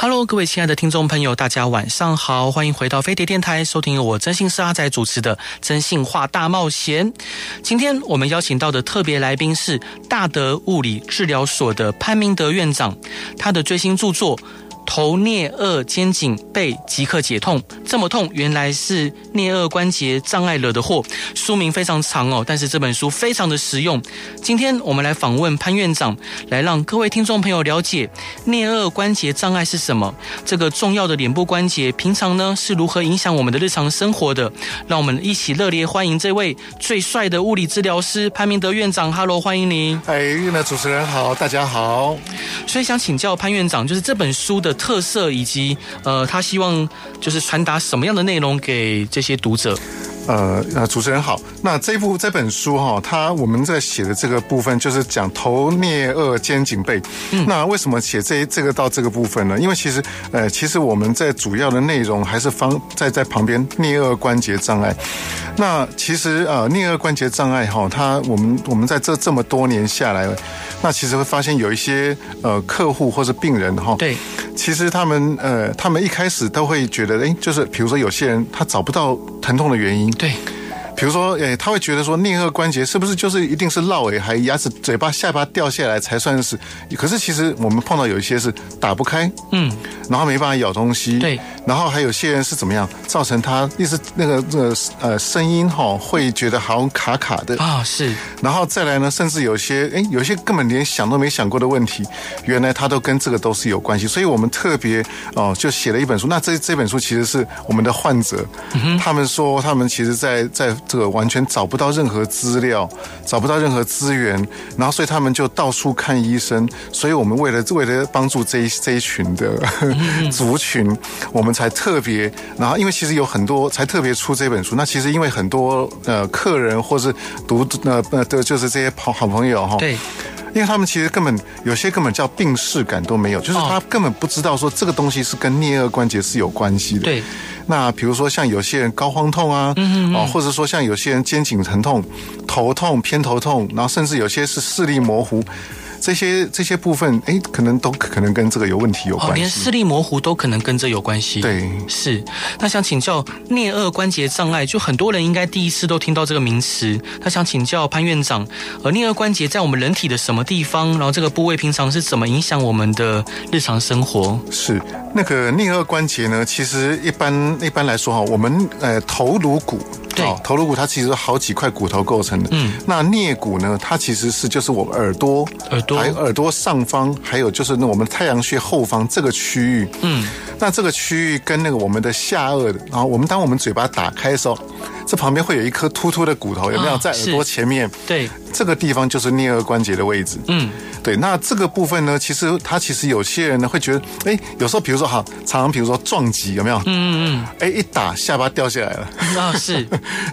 Hello，各位亲爱的听众朋友，大家晚上好，欢迎回到飞碟电台，收听由我真心是阿仔主持的《真心话大冒险》。今天我们邀请到的特别来宾是大德物理治疗所的潘明德院长，他的最新著作《头颞颚肩颈背即刻解痛》，这么痛原来是颞颚关节障碍惹的祸。书名非常长哦，但是这本书非常的实用。今天我们来访问潘院长，来让各位听众朋友了解颞颌关节障碍是什么？这个重要的脸部关节，平常呢是如何影响我们的日常生活的？让我们一起热烈欢迎这位最帅的物理治疗师潘明德院长。Hello，欢迎您。哎，玉呢，主持人好，大家好。所以想请教潘院长，就是这本书的特色，以及呃，他希望就是传达什么样的内容给这些读者？呃呃，主持人好。那这部这本书哈、它我们在写的这个部分就是讲头、颞、颚、肩、颈、背。那为什么写这这个到这个部分呢？因为其实呃，其实我们在主要的内容还是方在在旁边颞颌关节障碍。那其实呃，颞颌关节障碍哈、它我们我们在这这么多年下来，那其实会发现有一些呃客户或是病人哈、对，其实他们呃，他们一开始都会觉得，哎，就是比如说有些人他找不到疼痛的原因，对，比如说，诶，他会觉得说颞颌关节是不是就是一定是落尾，还牙齿、嘴巴、下巴掉下来才算是？可是其实我们碰到有一些是打不开，嗯，然后没办法咬东西，对，然后还有些人是怎么样，造成他一直那个那个呃声音哈、会觉得好像卡卡的，啊，是，然后再来呢，甚至有些哎，有些根本连想都没想过的问题，原来它都跟这个都是有关系。所以我们特别哦、就写了一本书。那这这本书其实是我们的患者，他们说他们其实在在这个完全找不到任何资料，找不到任何资源，然后所以他们就到处看医生。所以我们为了为了帮助这一这一群的 族群，我们才特别，然后因为其实有很多才特别出这本书。那其实因为很多呃客人或是读呃呃的就是这些好好朋友哈，对，因为他们其实根本有些根本叫病视感都没有，就是他哦根本不知道说这个东西是跟颞颌关节是有关系的。对，嗯那比如说像有些人高肓痛啊，哦，或者说像有些人肩颈疼痛、头痛、偏头痛，然后甚至有些是视力模糊。这些这些部分，哎，可能都可能跟这个有问题有哦，关连系。视力模糊都可能跟这有关系。对是。那想请教颞颌关节障碍，就很多人应该第一次都听到这个名词。那想请教潘院长，呃，颞颌关节在我们人体的什么地方？然后这个部位平常是怎么影响我们的日常生活？是那个颞颌关节呢，其实一般一般来说哈，我们呃头颅骨。对哦头颅骨它其实好几块骨头构成的。嗯，那颞骨呢，它其实是就是我们耳朵、耳朵还有耳朵上方，还有就是那我们太阳穴后方这个区域。嗯，那这个区域跟那个我们的下颚的，然后我们当我们嘴巴打开的时候，这旁边会有一颗突突的骨头，有没有、啊在耳朵是前面？对，这个地方就是颞颌关节的位置。嗯，对。那这个部分呢，其实它其实有些人呢会觉得，哎，有时候比如说哈，常常比如说撞击有没有？嗯嗯。哎，一打下巴掉下来了， 啊，是，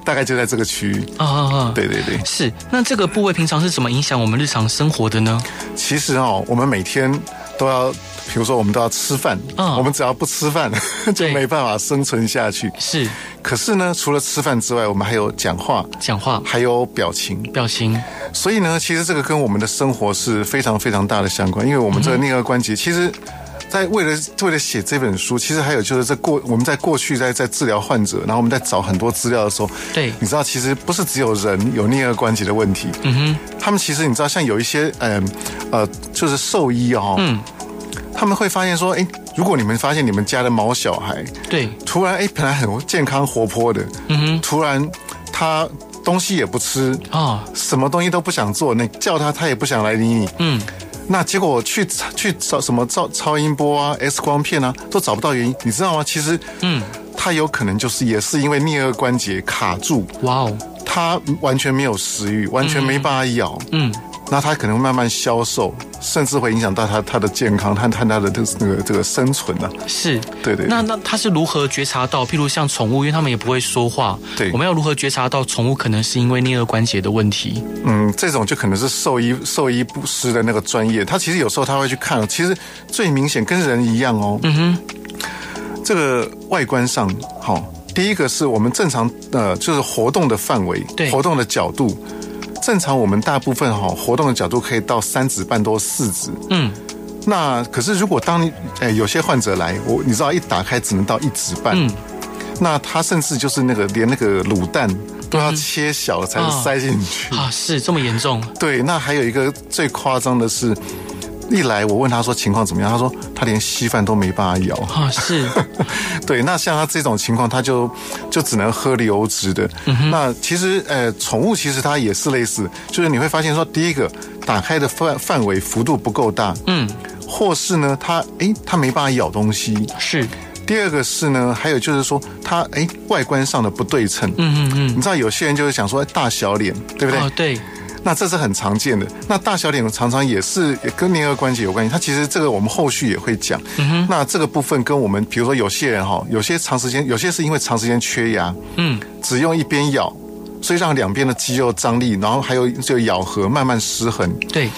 大概就在这个区域。啊啊啊， 对对对，是。那这个部位平常是怎么影响我们日常生活的呢？其实哦，我们每天都要，比如说我们都要吃饭，嗯我们只要不吃饭 就对没办法生存下去。是可是呢，除了吃饭之外，我们还有讲话，讲话、还有表情。表情，所以呢，其实这个跟我们的生活是非常非常大的相关，因为我们这个颞颌关节，其实，在为了为了写这本书，其实还有就是在过我们在过去在在治疗患者，然后我们在找很多资料的时候，对你知道其实不是只有人有颞颌关节的问题，嗯哼，他们其实你知道像有一些嗯呃就是兽医哦，嗯，他们会发现说，哎，如果你们发现你们家的毛小孩，对，突然哎本来很健康活泼的，嗯哼，突然他东西也不吃哦，什么东西都不想做，你叫他他也不想来理你。嗯，那结果去去找什么照超音波啊、X 光片啊，都找不到原因，你知道吗？其实，嗯，他有可能就是也是因为颞颌关节卡住，哇哦，他完全没有食欲，完全没办法咬，嗯，那他可能慢慢消瘦，甚至会影响到他他的健康，他他他的这个这个这个生存啊。是，对对那那他是如何觉察到？譬如像宠物，因为他们也不会说话，对我们要如何觉察到宠物可能是因为颞颌关节的问题？嗯，这种就可能是兽医兽医不师的那个专业，他其实有时候他会去看，其实最明显跟人一样哦。嗯哼，这个外观上好、第一个是我们正常呃就是活动的范围，对活动的角度。正常我们大部分哈、活动的角度可以到三指半多四指，嗯，那可是如果当你哎有些患者来，我你知道一打开只能到一指半，嗯那他甚至就是那个连那个卤蛋都要切小了才嗯能啊塞进去。啊，是这么严重？对，那还有一个最夸张的是，一来我问他说情况怎么样，他说他连稀饭都没办法咬。啊，是 对，那像他这种情况，他就就只能喝流质的。嗯那其实呃，宠物其实它也是类似，就是你会发现说，第一个打开的范范围幅度不够大，嗯，或是呢，它诶它没办法咬东西。是，第二个是呢，还有就是说它诶外观上的不对称。嗯嗯你知道有些人就是想说大小脸，对嗯，不对？哦，对，那这是很常见的。那大小脸常常也是也跟颞颌关节有关系，它其实这个我们后续也会讲。那这个部分跟我们，比如说有些人哈，有些长时间，有些是因为长时间缺牙，嗯，只用一边咬，所以让两边的肌肉张力，然后还有这个咬合慢慢失衡，对，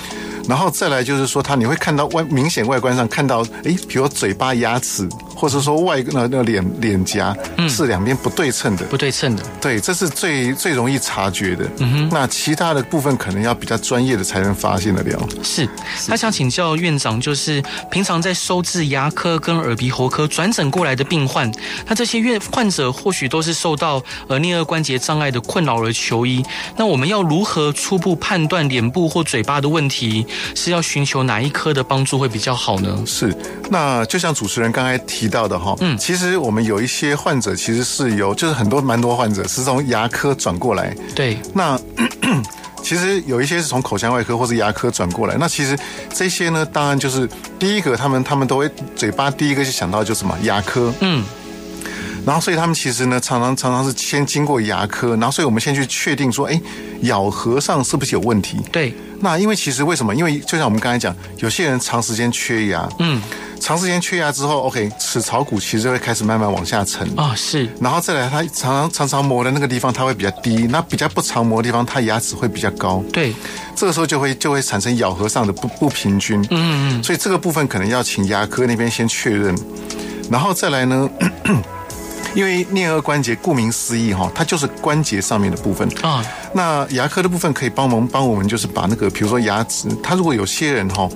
然后再来就是说它，你会看到外明显外观上看到，诶，比如说嘴巴、牙齿，或者说外那那脸脸颊是两边不对称的。不对称的，对，这是最最容易察觉的。那其他的部分可能要比较专业的才能发现得了。是。那想请教院长，就是平常在收治牙科跟耳鼻喉科转诊过来的病患，那这些院患者或许都是受到呃颞颌关节障碍的困扰而求医。那我们要如何初步判断脸部或嘴巴的问题，是要寻求哪一科的帮助会比较好呢？是，那就像主持人刚才提到的哈，嗯，其实我们有一些患者其实是有，就是很多蛮多患者是从牙科转过来。对，那 其实有一些是从口腔外科或是牙科转过来。那其实这些呢，当然就是第一个，他们他们都会嘴巴第一个就想到就是什么牙科，嗯，然后所以他们其实呢，常常常常是先经过牙科，然后所以我们先去确定说，哎，咬合上是不是有问题？对，那因为其实为什么？因为就像我们刚才讲，有些人长时间缺牙，嗯，长时间缺牙之后，OK，齿槽骨其实会开始慢慢往下沉。啊、是，然后再来，它常常常常磨的那个地方，它会比较低；那比较不常磨的地方，它牙齿会比较高。对，这个时候就会就会产生咬合上的不不平均。嗯嗯，所以这个部分可能要请牙科那边先确认，然后再来呢。 因为颞颌关节顾名思义哈，它就是关节上面的部分啊那牙科的部分可以帮忙帮我们，就是把那个比如说牙齿，它如果有些人哈，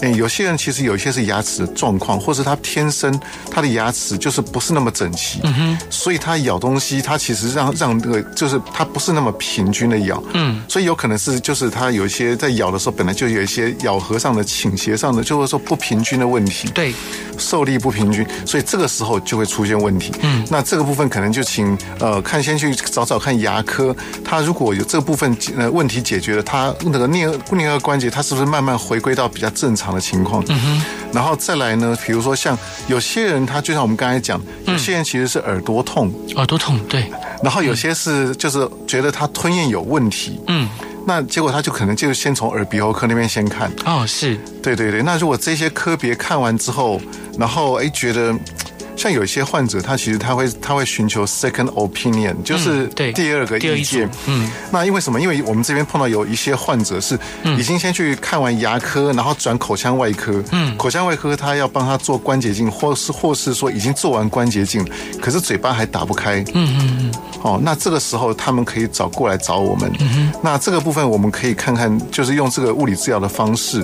诶，有些人其实有一些是牙齿的状况，或是他天生他的牙齿就是不是那么整齐，嗯哼，所以他咬东西，他其实让让那个就是他不是那么平均的咬，嗯，所以有可能是就是他有一些在咬的时候本来就有一些咬合上的倾斜上的，就是说不平均的问题，对，受力不平均，所以这个时候就会出现问题。嗯，那这个部分可能就请呃看先去找找看牙科，他如果有这部分呃问题解决了，他那个颞颞颌关节它是不是慢慢回归到比较正常的情况？嗯哼，然后再来呢，比如说像有些人他就像我们刚才讲，有些人其实是耳朵痛，耳朵痛，对，然后有些是就是觉得他吞咽有问题，嗯，那结果他就可能就先从耳鼻喉科那边先看。哦，是，对对对，那如果这些科别看完之后，然后哎觉得。像有一些患者，他其实他会他会寻求 second opinion，就是嗯对第二个第二意一见组。嗯，那因为什么？因为我们这边碰到有一些患者是嗯已经先去看完牙科，然后转口腔外科。嗯，口腔外科他要帮他做关节镜，或是或是说已经做完关节镜，可是嘴巴还打不开。嗯嗯嗯。哦，那这个时候他们可以找过来找我们。那这个部分我们可以看看，就是用这个物理治疗的方式。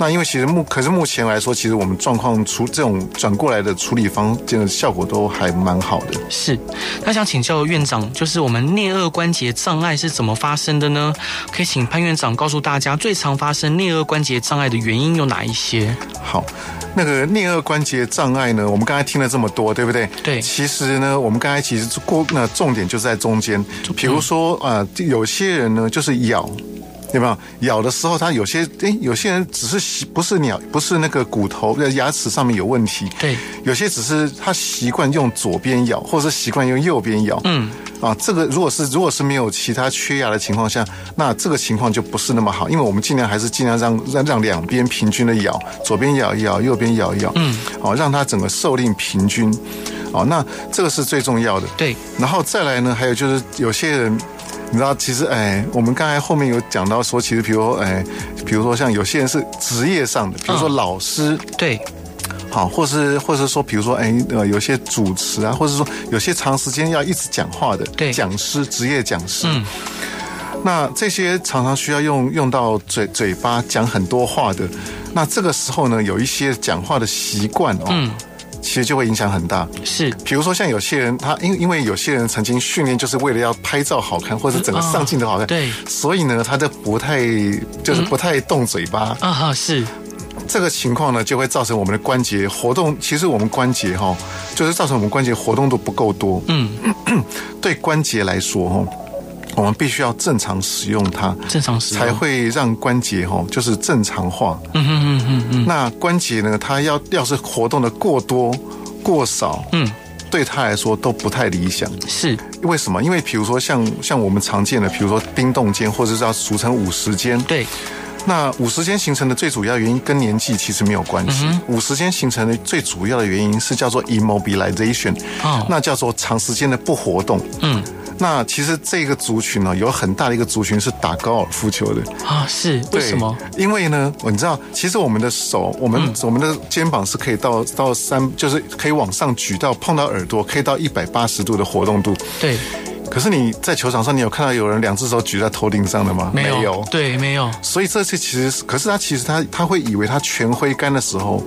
那因为其实目可是目前来说，其实我们状况处这种转过来的处理方这的效果都还蛮好的。是，那想请教院长，就是我们颞颌关节障碍是怎么发生的呢？可以请潘院长告诉大家，最常发生颞颌关节障碍的原因有哪一些？好，那个颞颌关节障碍呢，我们刚才听了这么多，对不对？对其实呢，我们刚才其实过那重点就是在中间，比如说啊、呃，有些人呢就是咬。对吧？咬的时候，它有些诶，有些人只是习不是鸟，不是那个骨头呃牙齿上面有问题，对，有些只是他习惯用左边咬，或者是习惯用右边咬，嗯，啊，这个如果是如果是没有其他缺牙的情况下，那这个情况就不是那么好，因为我们尽量还是尽量让让让两边平均的咬，左边咬一咬，右边咬一咬，嗯，哦，让它整个受力平均，哦，那这个是最重要的，对，然后再来呢，还有就是有些人。你知道，其实哎，我们刚才后面有讲到说，其实比如说哎，比如说像有些人是职业上的，比如说嗯老师，对，好，或是或是说，比如说，哎，呃，有些主持啊，或是说有些长时间要一直讲话的，对嗯讲师，职业讲师，那这些常常需要用用到嘴嘴巴讲很多话的，那这个时候呢，有一些讲话的习惯哦，嗯其实就会影响很大。是，比如说像有些人，他因因为有些人曾经训练就是为了要拍照好看，或者整个上镜头好嗯看，对嗯所以呢，他就不太就是不太动嘴巴，啊哈，是，这个情况呢，就会造成我们的关节活动。其实我们关节哈、就是造成我们关节活动度不够多。嗯， 对关节来说哈、我们必须要正常使用它，正常使用才会让关节哈、就是正常化。嗯嗯嗯嗯。那关节呢，它要要是活动的过多、过少，嗯，对它来说都不太理想。是，为什么？因为比如说像像我们常见的，比如说冰冻肩，或者是叫俗称五十肩，对，那五十肩形成的最主要原因跟年纪其实没有关系。嗯五十肩形成的最主要的原因是叫做 immobilization，、哦那叫做长时间的不活动。嗯，那其实这个族群呢、有很大的一个族群是打高尔夫球的。啊，是，为对什么？？嗯因为呢，你知道，其实我们的手，我们、我们的肩膀是可以到到三，就是可以往上举到碰到耳朵，可以到一百八十度的活动度。对，可是你在球场上，你有看到有人两只手举在头顶上的吗？没有，对，没有，所以这次其实是，可是他其实他他会以为他全挥杆的时候，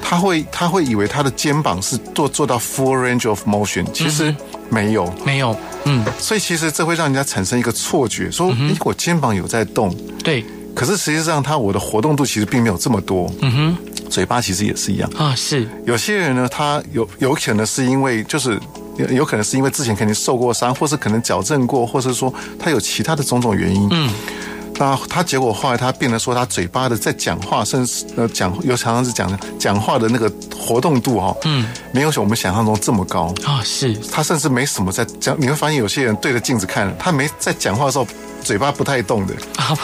他会他会以为他的肩膀是做做到 full range of motion，其实没有，没有，嗯，所以其实这会让人家产生一个错觉，说诶我肩膀有在动，对，可是实际上他我的活动度其实并没有这么多，嗯哼，嘴巴其实也是一样，啊，是，有些人呢，他有有可能是因为就是。有有可能是因为之前肯定受过伤，或是可能矫正过，或是说他有其他的种种原因。嗯，那他结果后来他变得说他嘴巴的在讲话，甚至呃讲有常常是讲讲话的那个活动度哦，嗯，没有我们想象中这么高。啊，是，他甚至没什么在讲，你会发现有些人对着镜子看，他没在讲话的时候嘴巴不太动的，啊，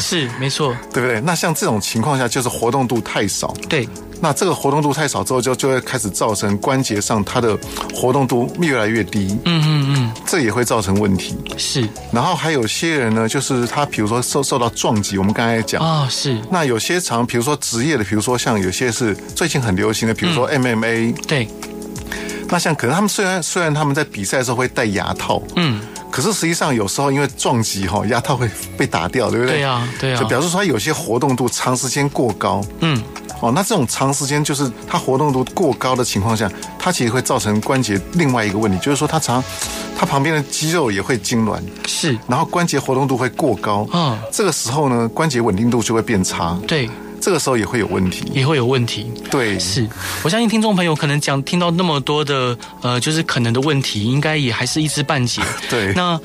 是，没错，对不对？那像这种情况下就是活动度太少。对，那这个活动度太少之后，就就会开始造成关节上它的活动度越来越低，嗯嗯嗯，这也会造成问题。嗯是，然后还有些人呢，就是他比如说受受到撞击，我们刚才也讲，啊，是，那有些常比如说职业的，比如说像有些是最近很流行的，比如说 MMA，、对，那像可能他们虽然虽然他们在比赛的时候会戴牙套，嗯，可是实际上有时候因为撞击哈、牙套会被打掉，对不对？对啊对啊就表示说它有些活动度长时间过高，嗯，哦，那这种长时间就是它活动度过高的情况下，它其实会造成关节另外一个问题，就是说它常它旁边的肌肉也会痉挛，是，然后关节活动度会过高，嗯这个时候呢，关节稳定度就会变差，对，这个时候也会有问题，也会有问题。对，是，我相信听众朋友可能讲听到那么多的呃，就是可能的问题，应该也还是一知半 解。对那。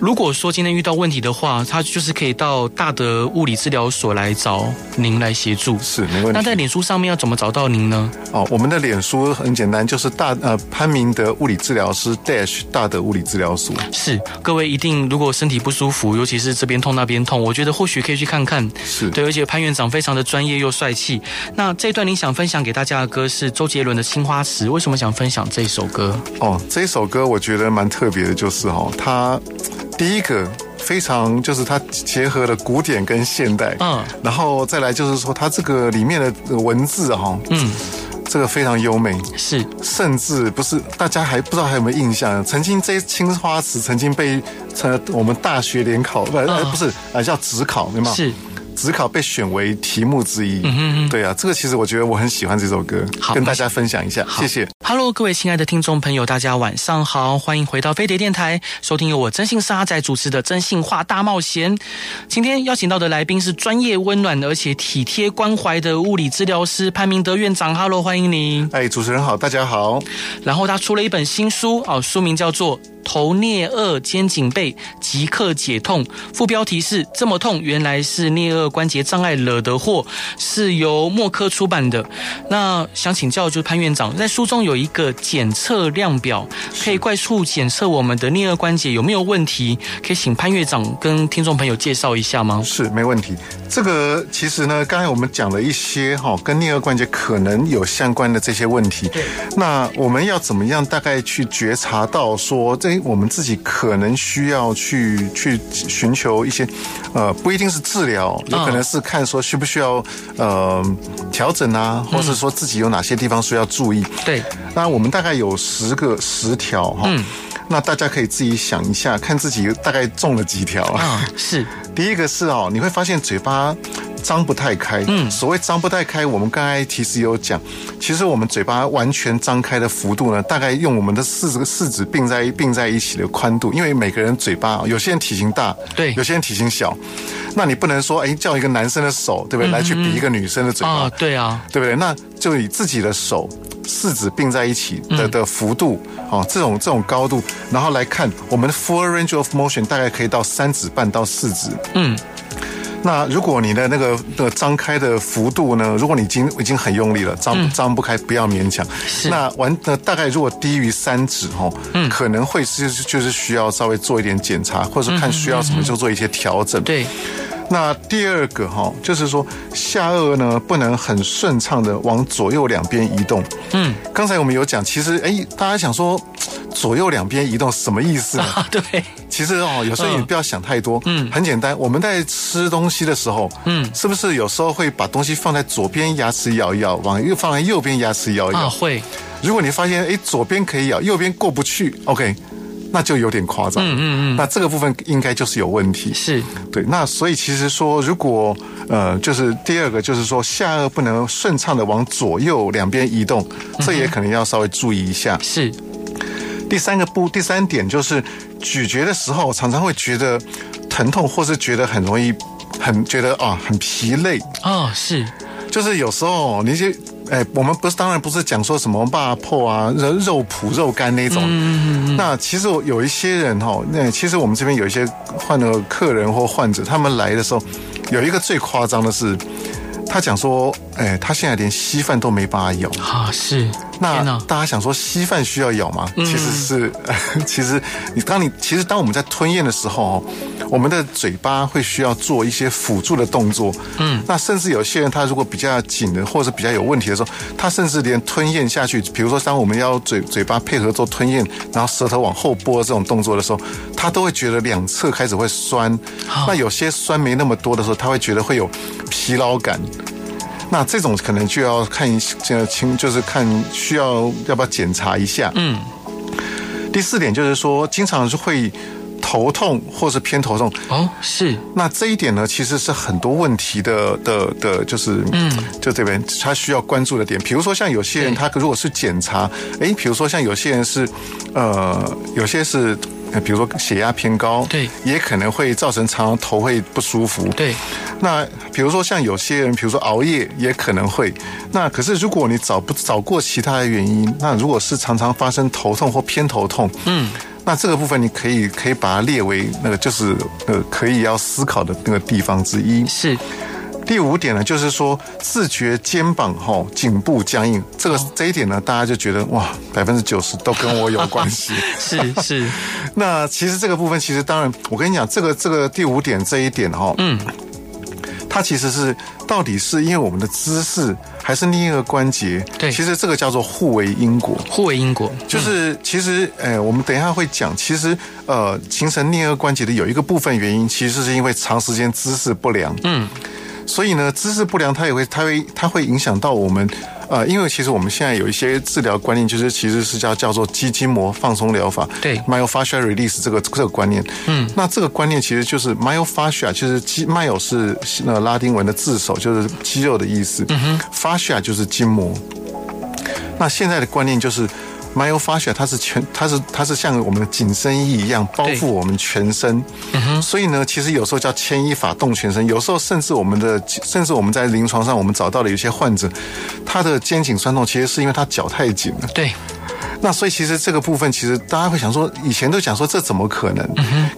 如果说今天遇到问题的话，他就是可以到大德物理治疗所来找您来协助。是没问题那。在脸书上面要怎么找到您呢？哦，我们的脸书很简单，就是大呃潘明德物理治疗师 dash 大德物理治疗所。是，各位一定如果身体不舒服，尤其是这边痛那边痛，我觉得或许可以去看看。是对，而且潘院长非常的专业又帅气。那这一段您想分享给大家的歌是周杰伦的《青花瓷》，为什么想分享这首歌？哦，这首歌我觉得蛮特别的，就是哦，它第一个非常就是它结合了古典跟现代，嗯，然后再来就是说它这个里面的呃文字哈、嗯，这个非常优美，是甚至不是大家还不知道还有没有印象，曾经这青花瓷曾经被呃我们大学联考不、呃、不是啊、呃叫职考对吗？嗯是。职考被选为题目之一，嗯对啊，这个其实我觉得我很喜欢这首歌嗯好，跟大家分享一下，好谢谢。 Hello，各位亲爱的听众朋友，大家晚上好，欢迎回到飞碟电台，收听由我真心是阿仔主持的《真心话大冒险》。今天邀请到的来宾是专业、温暖而且体贴关怀的物理治疗师潘明德院长。Hello，欢迎你。哎，主持人好，大家好。然后他出了一本新书哦，书名叫做《头颞颚肩颈背即刻解痛》，副标题是“这么痛，原来是颞颌关节障碍惹的祸”，是由墨科出版的。那想请教，就是潘院长，在书中有一个检测量表，可以快速检测我们的颞颌关节有没有问题，可以请潘院长跟听众朋友介绍一下吗？是没问题。这个其实呢，刚才我们讲了一些哈、跟颞颌关节可能有相关的这些问题。对。那我们要怎么样大概去觉察到说，这我们自己可能需要去去寻求一些，呃，不一定是治疗，嗯有可能是看说需不需要呃调整嗯啊，或是说自己有哪些地方需要注意。对，那我们大概有十个十条哈。嗯那大家可以自己想一下，看自己大概中了几条啊。啊，是，第一个是哦，你会发现嘴巴张不太开。嗯，所谓张不太开，我们刚才其实有讲，其实我们嘴巴完全张开的幅度呢，大概用我们的四个四指并在并在一起的宽度，因为每个人嘴巴有些人体型大，对有些人体型小，那你不能说哎叫一个男生的手，对不对，来去比一个女生的嘴巴嗯啊，，对啊，对不对？那就以自己的手四指并在一起的嗯的幅度，哦，这种这种高度，然后来看我们的 full range of motion 大概可以到三指半到四指。嗯，那如果你的那个的张开的幅度呢，如果你已经已经很用力了，张张不开，不要勉强。嗯是嗯那完那大概如果低于三指哦，可能会是就是需要稍微做一点检查，或者嗯说看需要什么就做一些调整。对，那第二个哈、就是说下颚呢不能很顺畅的往左右两边移动。嗯，刚才我们有讲，其实哎，大家想说左右两边移动什么意思 呢？啊，对，其实哦，有时候也嗯不要想太多，嗯，很简单。我们在吃东西的时候，嗯，是不是有时候会把东西放在左边牙齿咬一咬，往右放在右边牙齿咬一咬？啊，会，如果你发现哎左边可以咬，右边过不去，OK，那就有点夸张，嗯嗯嗯，那这个部分应该就是有问题，是，对，那所以其实说，如果呃，就是第二个就是说下颚不能顺畅的往左右两边移动，这也可能要稍微注意一下。是，第三个步，第三点就是咀嚼的时候常常会觉得疼痛，或是觉得很容易很觉得啊很疲累，啊，是。就是有时候你些。哎，我们不是当然不是讲说什么霸破啊、肉肉脯、肉干那种。那其实我有一些人哈、哦，那其实我们这边有一些患的客人或患者，他们来的时候，有一个最夸张的是，他讲说，哎，他现在连稀饭都没办法咬。啊，是，天那哪嗯大家想说稀饭需要咬吗？其实是， 其实你当你其实当我们在吞咽的时候哦，我们的嘴巴会需要做一些辅助的动作。嗯，那甚至有些人他如果比较紧的，或者是比较有问题的时候，他甚至连吞咽下去，比如说当我们要嘴嘴巴配合做吞咽，然后舌头往后拨这种动作的时候，他都会觉得两侧开始会酸。哦那有些酸没那么多的时候，他会觉得会有疲劳感。那这种可能就要看一这清，就是看需要要不要检查一下。嗯。第四点就是说，经常是会头痛或是偏头痛。哦，是，那这一点呢，其实是很多问题的的的，就是嗯，就这边他需要关注的点。比如说像有些人，对他如果是检查，诶，比如说像有些人是，呃，有些是。呃比如说血压偏高，对也可能会造成常常头会不舒服，对。那比如说像有些人，比如说熬夜也可能会。那可是如果你找不找过其他的原因，那如果是常常发生头痛或偏头痛，嗯。那这个部分你可以可以把它列为那个就是呃可以要思考的那个地方之一。是，第五点呢，就是说自觉肩膀吼、颈部僵硬，这个、这一点呢，大家就觉得哇百分之九十都跟我有关系。是，是，那其实这个部分，其实当然，我跟你讲，这个这个第五点这一点哈、嗯，它其实是到底是因为我们的姿势，还是另一个关节？对其实这个叫做互为因果。互为因果，就是其实，呃，我们等一下会讲，其实呃，形成颞颌关节的有一个部分原因，其实是因为长时间姿势不良。嗯。所以呢，姿势不良它也会，它会，它会影响到我们，呃，因为其实我们现在有一些治疗观念，就是其实是叫叫做肌筋膜放松疗法，对 myofascial release 这个这个观念，嗯，那这个观念其实就是 myofascia，就是肌 myo 是呃拉丁文的字首，就是肌肉的意思，嗯哼，fascia 就是筋膜，那现在的观念就是。myofascia 它是全，它是它是像我们的紧身衣一样包覆我们全身，所以呢，其实有时候叫牵一发动全身，有时候甚至我们的，甚至我们在临床上我们找到的有些患者，他的肩颈酸痛其实是因为他脚太紧了。对，那所以其实这个部分，其实大家会想说，以前都讲说这怎么可能？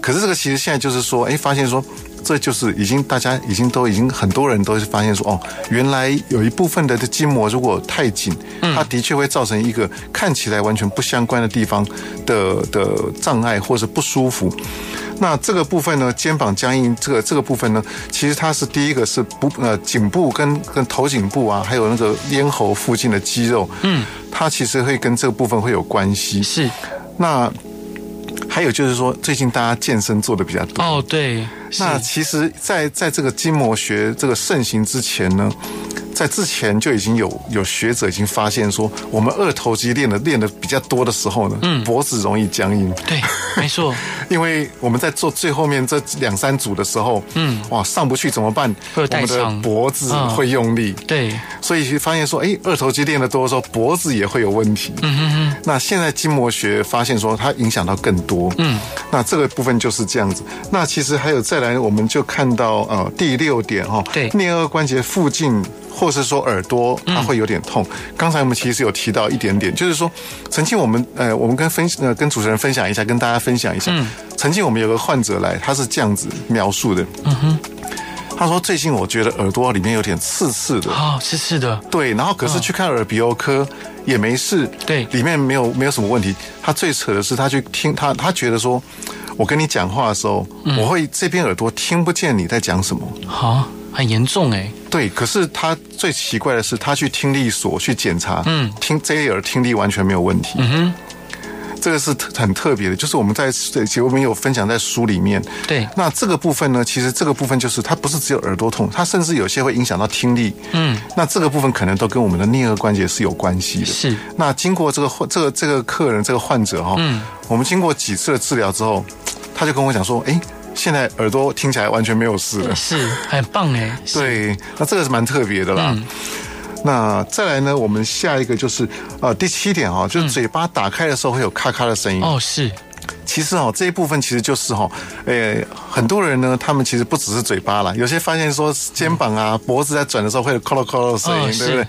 可是这个其实现在就是说，哎，发现说。这就是已经大家已经都已经很多人都是发现说哦，原来有一部分的这筋膜如果太紧，它的确会造成一个看起来完全不相关的地方的的障碍或者不舒服。那这个部分呢，肩膀僵硬这个这个部分呢，其实它是第一个是不呃颈部跟跟头颈部啊，还有那个咽喉附近的肌肉，嗯，它其实会跟这个部分会有关系。是那还有就是说，最近大家健身做的比较多。哦，对，那是其实在，在这个筋膜学这个盛行之前呢，在之前就已经有有学者已经发现说，我们二头肌练的练的比较多的时候呢，嗯脖子容易僵硬。对，没错，因为我们在做最后面这两三组的时候，嗯，哇，上不去怎么办？会有我代们的偿脖子嗯会用力，对，所以发现说，哎，二头肌练得多的时候，脖子也会有问题。嗯哼哼。那现在筋膜学发现说，它影响到更多。嗯。那这个部分就是这样子。那其实还有再来，我们就看到呃第六点哈、哦，对颞颌关节附近。或是说耳朵它会有点痛，刚才我们其实有提到一点点，就是说曾经我们呃我们跟分呃跟主持人分享一下，跟大家分享一下，曾经我们有个患者来，他是这样子描述的，嗯哼，他说最近我觉得耳朵里面有点刺刺的，哦，是是的，对，然后可是去看耳鼻喉科也没事，对里面没有没有什么问题。他最扯的是，他去听他他觉得说，我跟你讲话的时候，我会这边耳朵听不见你在讲什么。好、很严重哎，对，可是他最奇怪的是，他去听力所去检查，嗯，听这一耳听力完全没有问题。嗯哼。这个是特很特别的，就是我们在这节目有分享在书里面。对那这个部分呢，其实这个部分就是它不是只有耳朵痛，它甚至有些会影响到听力。嗯，那这个部分可能都跟我们的颞颌关节是有关系的。是那经过这个患这个这个客人这个患者哈、嗯，我们经过几次的治疗之后，他就跟我讲说，哎，现在耳朵听起来完全没有事了。是很棒哎，是嗯对，那这个是蛮特别的啦。那再来呢，我们下一个就是呃第七点哈、就是嘴巴打开的时候会有咔咔的声音。嗯哦，是其实哦，这一部分其实就是哈、诶、很多人呢，他们其实不只是嘴巴啦，有些发现说肩膀啊、脖子在转的时候会有咯咯咯咯的声音，哦对不对是？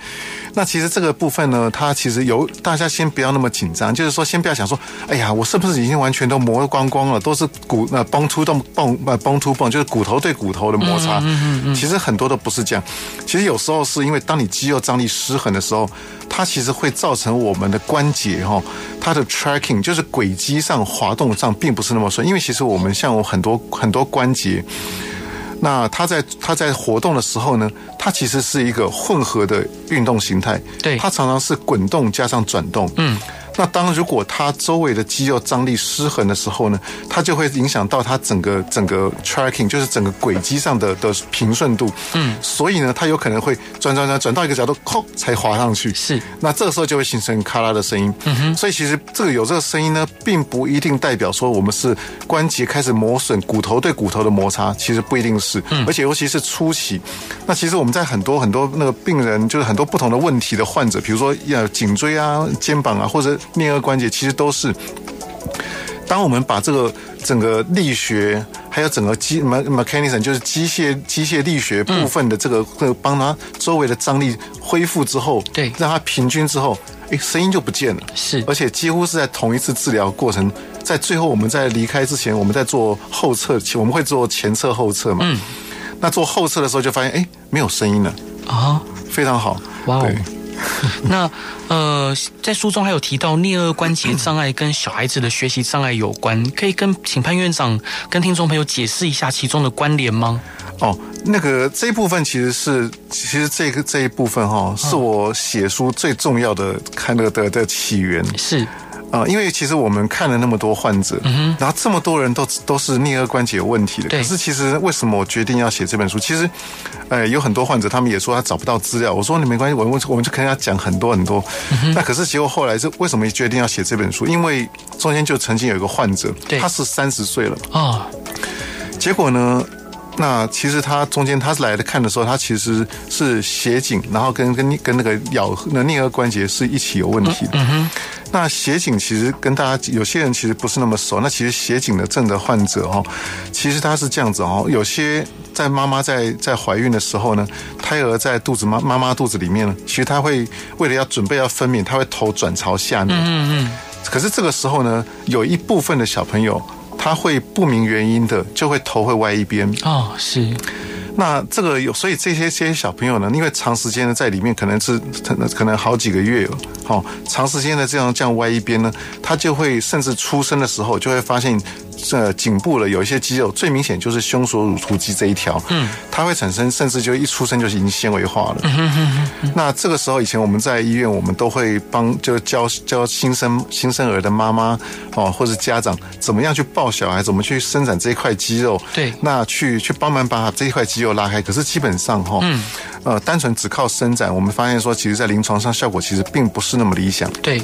那其实这个部分呢，它其实有大家先不要那么紧张，就是说先不要想说，哎呀，我是不是已经完全都磨光光了，都是骨呃崩突动蹦呃崩突蹦，就是骨头对骨头的摩擦。其实很多都不是这样，其实有时候是因为当你肌肉张力失衡的时候，它其实会造成我们的关节哈、哦，它的 tracking 就是轨迹上滑动上并不是那么顺，因为其实我们像我很多很多关节。那它在它在活动的时候呢，它其实是一个混合的运动形态。对它常常是滚动加上转动。嗯，那当如果它周围的肌肉张力失衡的时候呢，它就会影响到它整个整个 tracking，就是整个轨迹上的的平顺度。嗯，所以呢，它有可能会转转转转到一个角度，哐才滑上去。是那这个时候就会形成咔啦的声音。嗯哼，所以其实这个有这个声音呢，并不一定代表说我们是关节开始磨损，骨头对骨头的摩擦，其实不一定是。而且尤其是初期，那其实我们在很多很多那个病人，就是很多不同的问题的患者，比如说要颈椎啊、肩膀啊，或者颞颌关节，其实都是。当我们把这个整个力学，还有整个机 me- mechanism，就是机械机械力学部分的这嗯个，这个帮它周围的张力恢复之后，对让它平均之后，诶，声音就不见了。是而且几乎是在同一次治疗过程，在最后我们在离开之前，我们在做后测，我们会做前测后测嘛。嗯。那做后测的时候就发现，诶，没有声音了，啊、非常好。哇哦对。那呃，在书中还有提到颞颌关节障碍跟小孩子的学习障碍有关，可以跟请潘院长跟听众朋友解释一下其中的关联吗？哦，那个这一部分其实是，其实这个这一部分哈、嗯哦，是我写书最重要的看的的的起源是啊、因为其实我们看了那么多患者，然后这么多人都都是颞颌关节有问题嗯的，对可是其实为什么我决定要写这本书？其实，呃，有很多患者他们也说他找不到资料，我说你没关系，我们我们就跟他讲很多很多。嗯那可是结果后来是为什么决定要写这本书？因为中间就曾经有一个患者对，他是三十岁了。哦，结果呢，那其实他中间他是来的看的时候，他其实是斜颈，然后跟跟跟那个咬那颞颌关节是一起有问题的。那斜颈其实跟大家有些人其实不是那么熟。那其实斜颈的症的患者哦，其实他是这样子哦，有些在妈妈在在怀孕的时候呢，胎儿在肚子妈妈妈肚子里面呢，其实他会为了要准备要分娩，他会头转朝下面。可是这个时候呢，有一部分的小朋友。他会不明原因的就会头会歪一边，哦，是，那这个有，所以这些这些小朋友呢，因为长时间的在里面，可能是可能可能好几个月了，好、哦，长时间的这样这样歪一边呢，他就会甚至出生的时候就会发现，呃，颈部了有一些肌肉，最明显就是胸锁乳突肌这一条，嗯，它会产生，甚至就一出生就已经纤维化了。那这个时候以前我们在医院，我们都会帮就教教新生新生儿的妈妈哦，或是家长怎么样去抱小孩，怎么去伸展这一块肌肉，对那去去帮忙把这一块肌肉拉开。可是基本上哈、呃，单纯只靠伸展，我们发现说，其实在临床上效果其实并不是那么理想。对，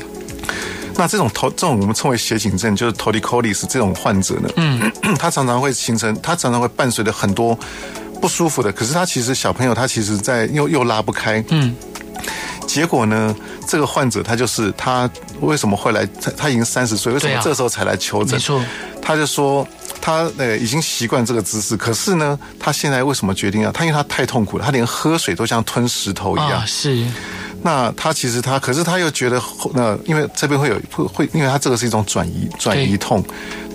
那这种头，这种我们称为斜颈症，就是 torticollis 这种患者呢，嗯， 他常常会形成，他常常会伴随着很多不舒服的，可是他其实小朋友他其实在又又拉不开，嗯。结果呢？这个患者他就是他为什么会来？他他已经三十岁，为什对么啊这时候才来求诊？没错，他就说他呃已经习惯这个姿势，可是呢，他现在为什么决定啊？他因为他太痛苦了，他连喝水都像吞石头一样。啊，是，那他其实他，可是他又觉得，那因为这边会有会会，因为他这个是一种转移转移痛，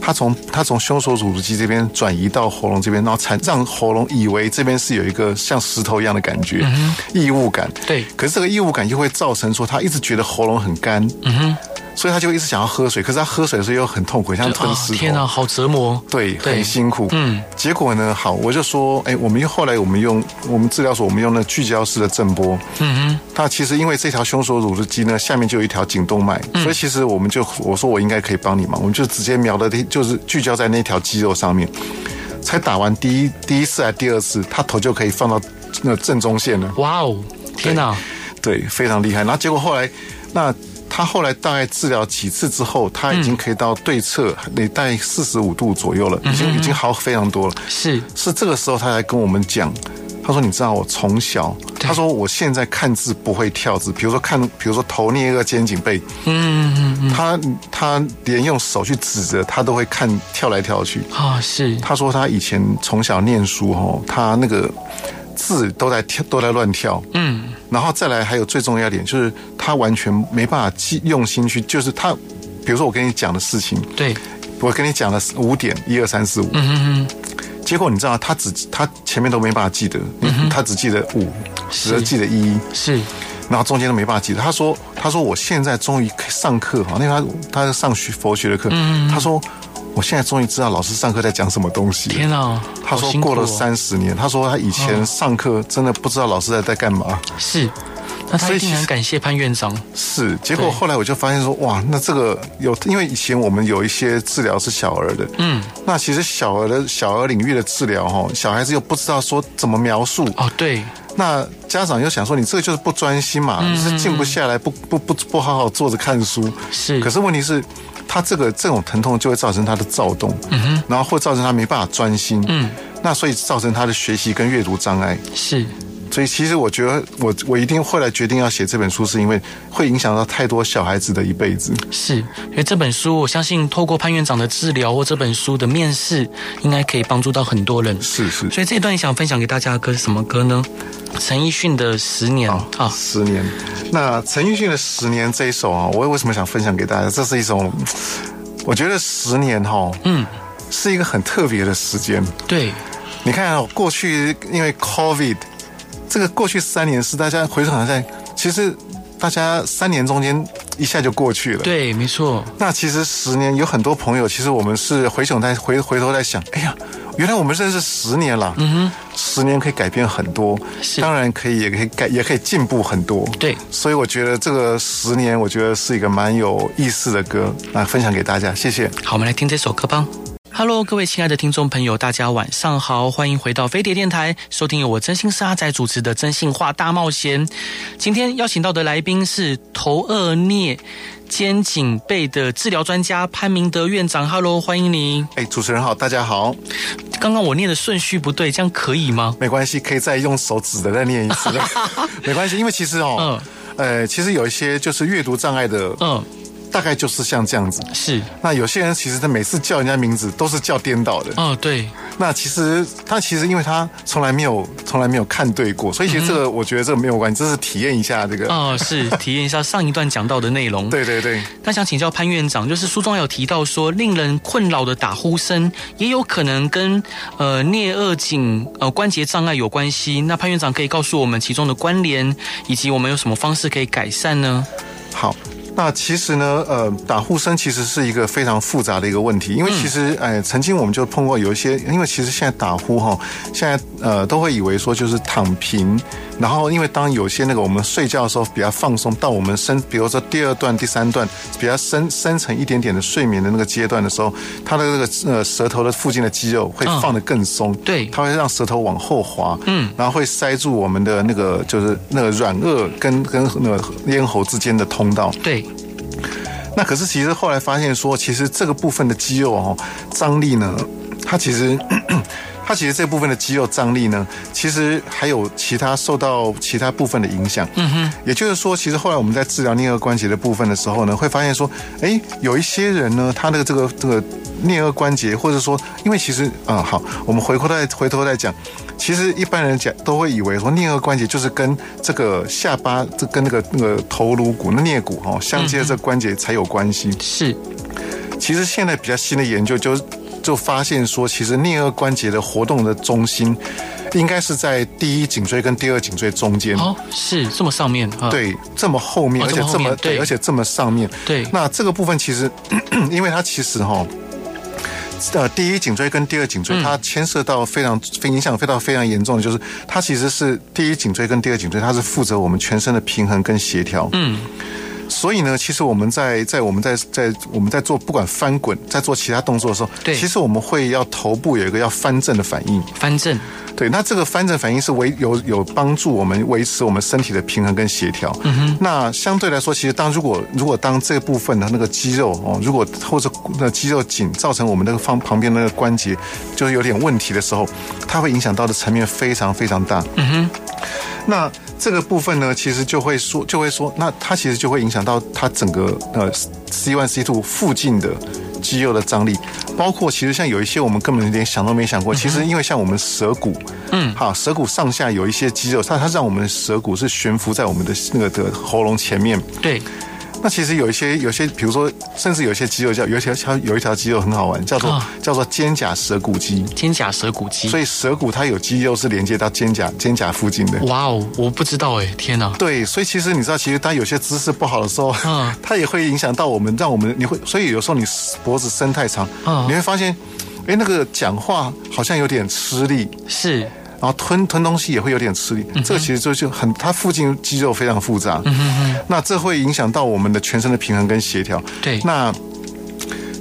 他从他从胸锁乳突肌这边转移到喉咙这边，然后产让喉咙以为这边是有一个像石头一样的感觉，异物感。对可是这个异物感就会造成说他一直觉得喉咙很干，嗯哼，所以他就一直想要喝水，可是他喝水的时候又很痛苦，像吞啊石，头。天啊，好折磨，对，对很辛苦。嗯，结果呢，好，我就说，哎，我们用后来我们用我们治疗所，我们用了聚焦式的震波。嗯哼，它其实因为这条胸锁乳突肌呢，下面就有一条颈动脉，所以其实我们就我说我应该可以帮你忙，我们就直接瞄的，就是聚焦在那条肌肉上面。才打完第一第一次还第二次，他头就可以放到那正中线了。哇哦，天哪、对，非常厉害。然后结果后来，那他后来大概治疗几次之后，他已经可以到对侧，得大概四十五度左右了，已经已经好非常多了。是是这个时候他才跟我们讲，他说：“你知道我从小，他说我现在看字不会跳字，比如说看，比如说头颞颌肩颈背，嗯，他他连用手去指着，他都会看跳来跳去。啊，是他说他以前从小念书哦，他那个字都在跳，都在乱跳。嗯，然后再来还有最重要一点就是他完全没办法记用心去，就是他，比如说我跟你讲的事情，对，我跟你讲了五点，一二三四五。嗯嗯结果你知道他只他前面都没办法记得，他只记得五，只记得一。是然后中间都没办法记得。他说：“他说我现在终于可以上课哈，因为他他上学佛学的课。他说我现在终于知道老师上课在讲什么东西了。天啊，他好说辛苦过了哦嗯三十年，他说他以前上课真的不知道老师在在干嘛。是，那他所一以定其实很感谢潘院长，是，结果后来我就发现说，哇，那这个有，因为以前我们有一些治疗是小儿的，嗯，那其实小儿的小儿领域的治疗哈，小孩子又不知道说怎么描述，哦，对，那家长又想说你这个就是不专心嘛，嗯就是静不下来，不不不不好好坐着看书。是可是问题是，他这个这种疼痛就会造成他的躁动，嗯然后会造成他没办法专心，嗯，那所以造成他的学习跟阅读障碍。是所以其实我觉得我我一定后来决定要写这本书，是因为会影响到太多小孩子的一辈子。是，因为这本书，我相信透过潘院长的治疗或这本书的面试，应该可以帮助到很多人。是是所以这一段想分享给大家的歌是什么歌呢？陈奕迅的《十年》啊、十年。那陈奕迅的《十年》这一首啊，我为什么想分享给大家？这是一种，我觉得十年哈、嗯，是一个很特别的时间。对，你看、啊，过去因为 COVID，这个过去三年是大家回头好像在，其实大家三年中间一下就过去了。对，没错，那其实十年有很多朋友，其实我们是回想在回回头在想，哎呀，原来我们认识十年了，嗯哼，十年可以改变很多，是当然可以，也可以改，也可以进步很多，对所以我觉得这个十年，我觉得是一个蛮有意思的歌，那分享给大家，谢谢。好，我们来听这首歌吧。Hello，各位亲爱的听众朋友，大家晚上好，欢迎回到飞碟电台，收听由我真心是阿仔主持的《真心话大冒险》。今天邀请到的来宾是头颚颞肩颈背的治疗专家潘明德院长。Hello，欢迎您。哎，主持人好，大家好。刚刚我念的顺序不对，这样可以吗？没关系，可以再用手指的再念一次，没关系，因为其实哦，呃，其实有一些就是阅读障碍的，嗯，大概就是像这样子。是，那有些人其实他每次叫人家名字都是叫颠倒的。哦，对，那其实他其实因为他从来没有从来没有看对过，所以其实这个我觉得这个没有关系，这是体验一下这个。哦，是体验一下上一段讲到的内容。对对对，那想请教潘院长，就是书中还有提到说，令人困扰的打呼声也有可能跟呃颞颌颈呃关节障碍有关系。那潘院长可以告诉我们其中的关联，以及我们有什么方式可以改善呢？好。那其实呢，呃，打呼声其实是一个非常复杂的一个问题，因为其实，哎、曾经我们就碰过有一些，因为其实现在打呼哈，现在呃都会以为说就是躺平，然后因为当有些那个我们睡觉的时候比较放松，到我们深，比如说第二段、第三段比较深深层一点点的睡眠的那个阶段的时候，它的那个呃舌头的附近的肌肉会放得更松，对它会让舌头往后滑，嗯，然后会塞住我们的那个就是那个软腭跟跟那个咽喉之间的通道。对，那可是其实后来发现说，其实这个部分的肌肉哦，张力呢，它其实。 它其实这部分的肌肉张力呢，其实还有其他受到其他部分的影响。嗯哼，也就是说，其实后来我们在治疗颞颌关节的部分的时候呢，会发现说，哎，有一些人呢，他的这个这个颞颌关节，或者说，因为其实啊、好，我们回头再回头再讲，其实一般人讲都会以为说颞颌关节就是跟这个下巴，这跟那个那个头颅骨、那颞骨哦相接的这个关节才有关系。是，其实现在比较新的研究就就发现说，其实颞颌关节的活动的中心应该是在第一颈椎跟第二颈椎中间。哦，是这么上面啊，，对，这么后面，哦而且这么后这么面对而且这么上面。对那这个部分其实， 因为它其实哈、呃，第一颈椎跟第二颈嗯椎，它牵涉到非常非影响非常非常严重的，就是它其实是第一颈椎跟第二颈椎，它是负责我们全身的平衡跟协调。嗯。所以呢，其实我们在在我们在在我们在做不管翻滚，在做其他动作的时候，对其实我们会要头部有一个要翻正的反应。翻正，对，那这个翻正反应是维有有帮助我们维持我们身体的平衡跟协调。嗯哼。那相对来说，其实当如果如果当这部分的那个肌肉哦，如果或者那肌肉紧造成我们那个方旁边那个关节就是有点问题的时候，它会影响到的层面非常非常大。嗯哼。那这个部分呢，其实就会说，就会说，那它其实就会影响到它整个呃 C one C two 附近的肌肉的张力，包括其实像有一些我们根本连想都没想过，其实因为像我们舌骨，嗯，好，舌骨上下有一些肌肉，它它让我们的舌骨是悬浮在我们的那个的喉咙前面，对，那其实有一些有些，比如说，甚至有一些肌肉叫有一条条有一条肌肉很好玩，叫做、啊叫做肩胛舌骨肌。肩胛舌骨肌所。以舌骨它有肌肉是连接到肩胛肩胛附近的。哇哦，我不知道哎，天哪！对，所以其实你知道，其实当有些姿势不好的时候，嗯 它也会影响到我们，让我们你会，所以有时候你脖子伸太长，嗯你会发现，哎，那个讲话好像有点吃力，是，然后吞吞东西也会有点吃力，这个其实就就很，它附近肌肉非常复杂，那这会影响到我们的全身的平衡跟协调。对那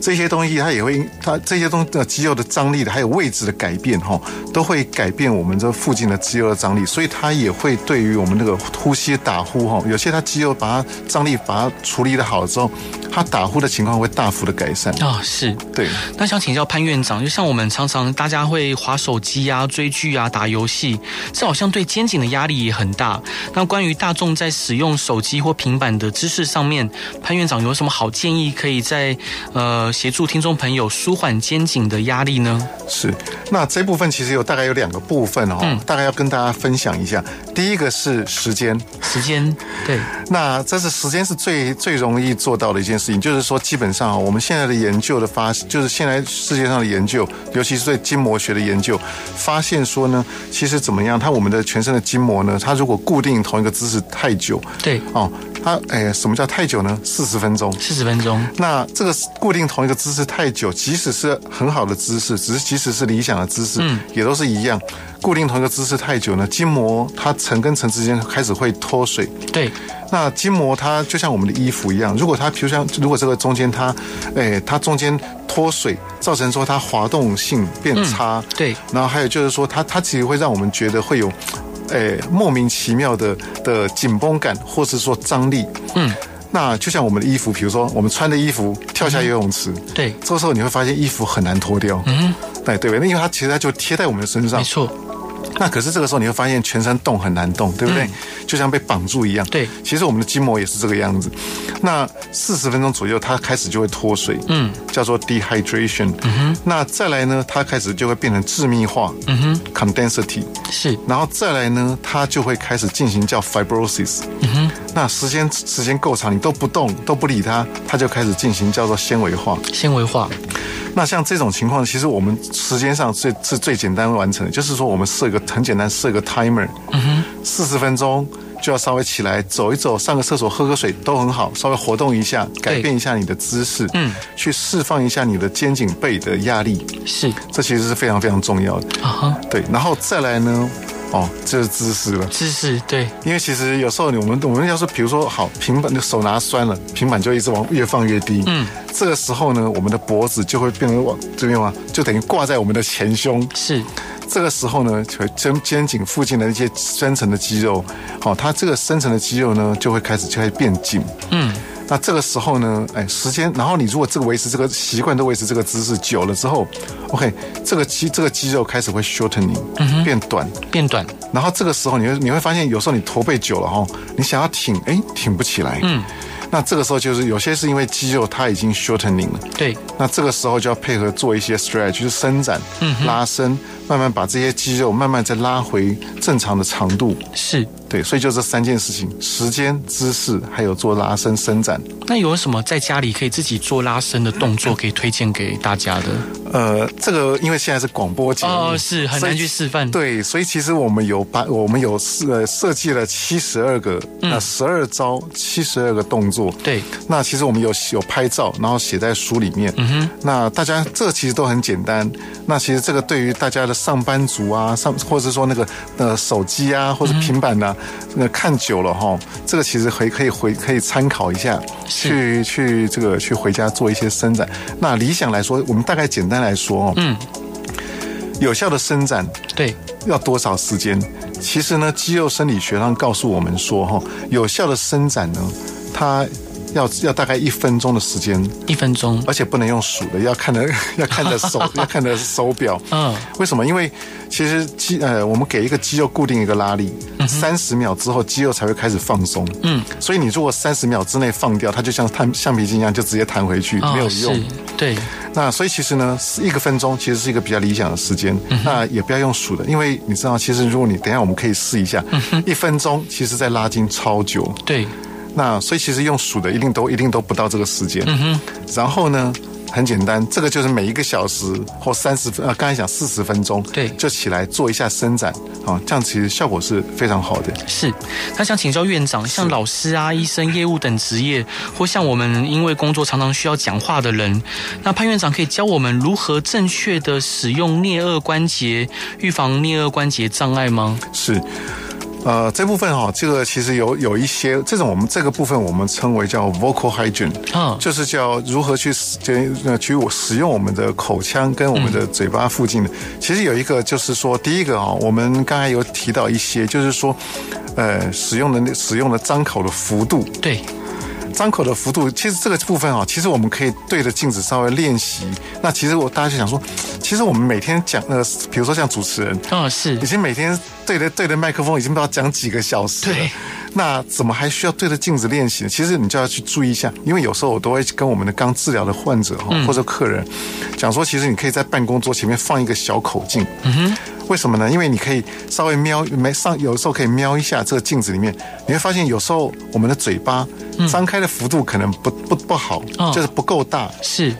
这些东西它也会，它这些东呃肌肉的张力的，还有位置的改变哈、都会改变我们这附近的肌肉的张力，所以它也会对于我们那个呼吸打呼哈、有些它肌肉把它张力把它处理的好了之后，它打呼的情况会大幅的改善。啊、是。对，那想请教潘院长，就像我们常常大家会划手机啊、追剧啊、打游戏，这好像对肩颈的压力也很大。那关于大众在使用手机或平板的姿势上面，潘院长有什么好建议，可以在呃协助听众朋友舒缓肩颈的压力呢？是，那这部分其实有大概有两个部分哦，大概要跟大家分享一下。第一个是时间，时间，对，那这是时间是最最容易做到的一件事情，就是说，基本上啊我们现在的研究的发，就是现在世界上的研究，尤其是对筋膜学的研究，发现说呢，其实怎么样，它我们的全身的筋膜呢，它如果固定同一个姿势太久，对哦，它哎，什么叫太久呢？四十分钟。四十分钟，那这个固定同一个姿势太久，即使是很好的姿势，只是即使是理想的姿势，也都是一样。固定同一个姿势太久呢，筋膜它层跟层之间开始会脱水。对，那筋膜它就像我们的衣服一样，如果它比如像如果这个中间它，哎，它中间脱水，造成说它滑动性变差，对然后还有就是说它它其实会让我们觉得会有，哎，莫名其妙的的紧绷感，或是说张力，嗯。那就像我们的衣服，比如说我们穿的衣服跳下游泳池，对这时候你会发现衣服很难脱掉，嗯，哎，对不对？那因为它其实它就贴在我们的身上没，错，那可是这个时候你会发现全身动很难动，对不对？就像被绑住一样。对其实我们的筋膜也是这个样子。那四十分钟左右，它开始就会脱水，嗯，叫做 dehydration。嗯哼。那再来呢，它开始就会变成致密化，嗯哼，condensity。是然后再来呢，它就会开始进行叫 fibrosis。嗯哼。那时间时间够长，你都不动都不理它，它就开始进行叫做纤维化。纤维化，那像这种情况，其实我们时间上最是最简单完成的，就是说我们设个很简单，设个 timer，四十、分钟就要稍微起来走一走，上个厕所喝个水都很好，稍微活动一下，改变一下你的姿势，嗯，去释放一下你的肩颈背的压力，是这其实是非常非常重要的。啊哈，对，然后再来呢，哦，这是姿势了。知识对，因为其实有时候你我们我们要是比如说好平板的手拿酸了，平板就一直往越放越低。嗯，这个时候呢，我们的脖子就会变成往这边嘛，就等于挂在我们的前胸。是这个时候呢，就会肩肩颈附近的一些深层的肌肉，好、它这个深层的肌肉呢就会开始就会变紧。嗯。那这个时候呢，哎，时间，然后你如果这个维持这个习惯，都维持这个姿势久了之后，OK，这个肌这个肌肉开始会 shortening，、变短，变短，然后这个时候你会你会发现，有时候你驼背久了哈，你想要挺，哎，挺不起来。嗯，那这个时候就是有些是因为肌肉它已经 shortening 了。对，那这个时候就要配合做一些 stretch，就是伸展、嗯拉伸，慢慢把这些肌肉慢慢再拉回正常的长度。是。对，所以就这三件事情：时间、姿势，还有做拉伸、伸展。那有什么在家里可以自己做拉伸的动作可以推荐给大家的？呃，这个因为现在是广播节目，哦是很难所以去示范对，所以其实我们有把我们有设设计了七十二个，那十二招，七十二个动作。对，那其实我们有有拍照，然后写在书里面。嗯哼。那大家这其实都很简单。那其实这个对于大家的上班族啊，上或者说那个呃手机啊，或者平板呐、啊，那、看久了哈，这个其实可以可以回可以参考一下，去去这个去回家做一些伸展。那理想来说，我们大概简单来说哦，嗯，有效的伸展对，要多少时间？其实呢，肌肉生理学上告诉我们说，哈，有效的伸展呢，它要要大概一分钟的时间，一分钟而且不能用数的，要看的 要看的 手要看的手表。嗯，为什么？因为其实肌呃，我们给一个肌肉固定一个拉力，嗯三十、秒之后肌肉才会开始放松。嗯，所以你如果三十秒之内放掉，它就像弹橡皮筋一样，就直接弹回去，哦没有用。是对，那所以其实呢，是一个分钟其实是一个比较理想的时间。那也不要用数的，因为你知道，其实如果你等一下我们可以试一下，一分钟其实在拉筋超久。对，那所以其实用数的一定都一定都不到这个时间。然后呢，很简单，这个就是每一个小时或三十分呃，刚才讲四十分钟，对就起来做一下伸展，啊，这样其实效果是非常好的。是。那想请教院长，像老师啊、医生、业务等职业，或像我们因为工作常常需要讲话的人，那潘院长可以教我们如何正确的使用颞颌关节，预防颞颌关节障碍吗？是。呃，这部分哈、这个其实有有一些这种我们这个部分我们称为叫 vocal hygiene，嗯就是叫如何去使就呃去使用我们的口腔跟我们的嘴巴附近的。其实有一个就是说，第一个啊、我们刚才有提到一些，就是说，呃，使用的那使用的张口的幅度，对，张口的幅度，其实这个部分啊，其实我们可以对着镜子稍微练习。那其实我大家就想说，其实我们每天讲呃，比如说像主持人，嗯，是已经每天对着对着麦克风已经不知道讲几个小时了对。那怎么还需要对着镜子练习呢？其实你就要去注意一下，因为有时候我都会跟我们的刚治疗的患者哈、或者客人讲说，其实你可以在办公桌前面放一个小口镜。嗯哼。为什么呢？因为你可以稍微瞄，没上有时候可以瞄一下这个镜子里面，你会发现有时候我们的嘴巴张开的幅度可能不不不好，哦就是不够大。是，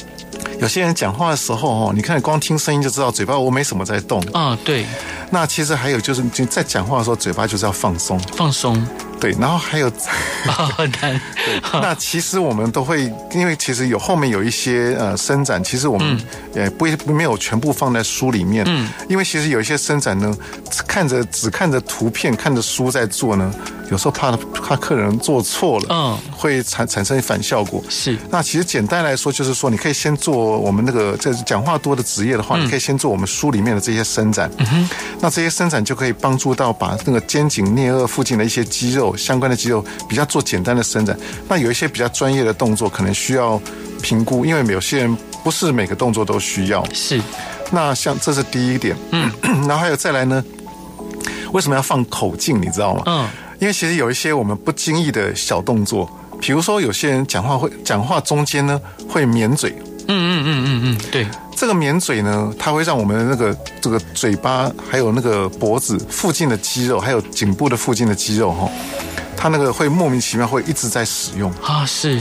有些人讲话的时候哦，你看光听声音就知道嘴巴我没什么在动。嗯，对，那其实还有就是，你在讲话的时候，嘴巴就是要放松，放松，对。然后还有， 啊，很难，那其实我们都会，因为其实有后面有一些呃伸展，其实我们也不会没有全部放在书里面，嗯，因为其实有一些伸展呢，看着只看着图片，看着书在做呢，有时候怕怕客人做错了，嗯会产产生反效果。 是那其实简单来说，就是说你可以先做我们那个这讲话多的职业的话，你可以先做我们书里面的这些伸展。那这些伸展就可以帮助到把那个肩颈颞颌附近的一些肌肉相关的肌肉比较做简单的伸展。那有一些比较专业的动作，可能需要评估，因为有些人不是每个动作都需要。是，那像这是第一点，嗯， 然后还有再来呢，为什么要放口径？你知道吗？嗯，因为其实有一些我们不经意的小动作，比如说有些人讲话会讲话中间呢会抿嘴，嗯嗯嗯嗯嗯，对，这个抿嘴呢，它会让我们的那个这个嘴巴，还有那个脖子附近的肌肉，还有颈部的附近的肌肉哈、哦，它那个会莫名其妙会一直在使用。啊是，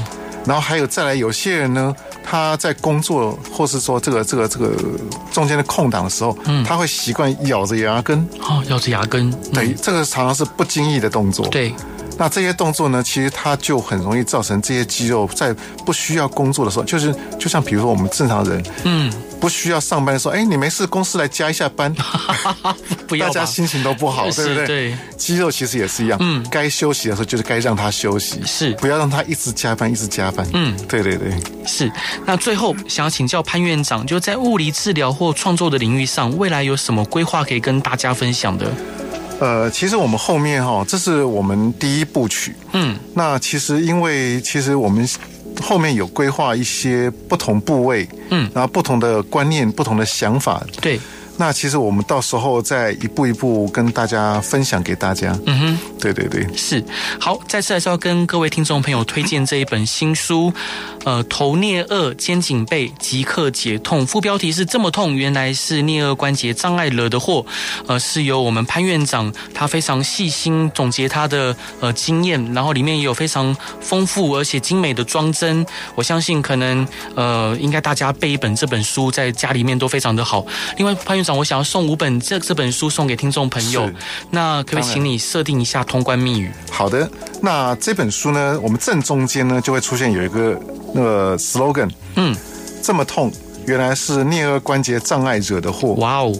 然后还有再来，有些人呢，他在工作或是说这个这个这个中间的空档的时候，嗯他会习惯咬着牙根，哦咬着牙根，嗯对，这个常常是不经意的动作。， 对，那这些动作呢，其实它就很容易造成这些肌肉在不需要工作的时候，就是就像比如说我们正常人，嗯，不需要上班的时候，哎，你没事，公司来加一下班， 不要大家吧，心情都不好，是对不对？对，肌肉其实也是一样，嗯，该休息的时候就是该让它休息，是不要让它一直加班，一直加班，嗯，对对对。是。那最后想要请教潘院长，就在物理治疗或创作的领域上，未来有什么规划可以跟大家分享的？呃，其实我们后面哈、这是我们第一部曲。嗯，那其实因为其实我们后面有规划一些不同部位，嗯，然后不同的观念、不同的想法。对，那其实我们到时候再一步一步跟大家分享给大家。嗯哼，对对对，是好，再次还是要跟各位听众朋友推荐这一本新书，呃，头颞颚肩颈背即刻解痛，副标题是这么痛，原来是颞颌关节障碍惹的祸，呃，是由我们潘院长他非常细心总结他的呃经验，然后里面也有非常丰富而且精美的装帧，我相信可能呃应该大家备一本这本书在家里面都非常的好。另外，潘院长，我想要送五本这这本书送给听众朋友是，那可不可以当然请你设定一下通关密语？好的。那这本书呢，我们正中间呢就会出现有一个那个 slogan，嗯，这么痛，原来是颞颌关节障碍惹的祸。哇哦，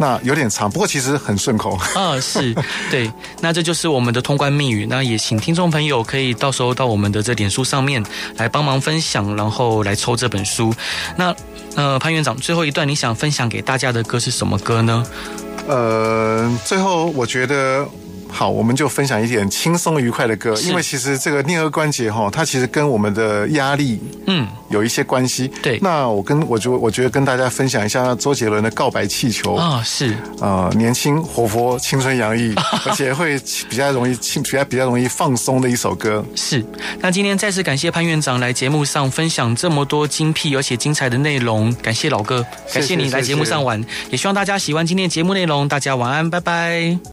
那有点长，不过其实很顺口。啊， 是对，那这就是我们的通关密语。那也请听众朋友可以到时候到我们的这脸书上面来帮忙分享，然后来抽这本书。那呃，潘院长，最后一段你想分享给大家的歌是什么歌呢？呃，最后我觉得。好，我们就分享一点轻松愉快的歌，是因为其实这个颞颌关节哈，它其实跟我们的压力嗯，有一些关系。对那我跟我就我觉得跟大家分享一下周杰伦的《告白气球》啊、啊，是呃，年轻活泼、青春 洋溢，而且会比较容易轻，比较比较容易放松的一首歌。是。那今天再次感谢潘院长来节目上分享这么多精辟而且精彩的内容，感谢老哥，感谢谢谢你来谢节目谢上玩，也希望大家喜欢今天的节目内容。大家晚安，拜拜。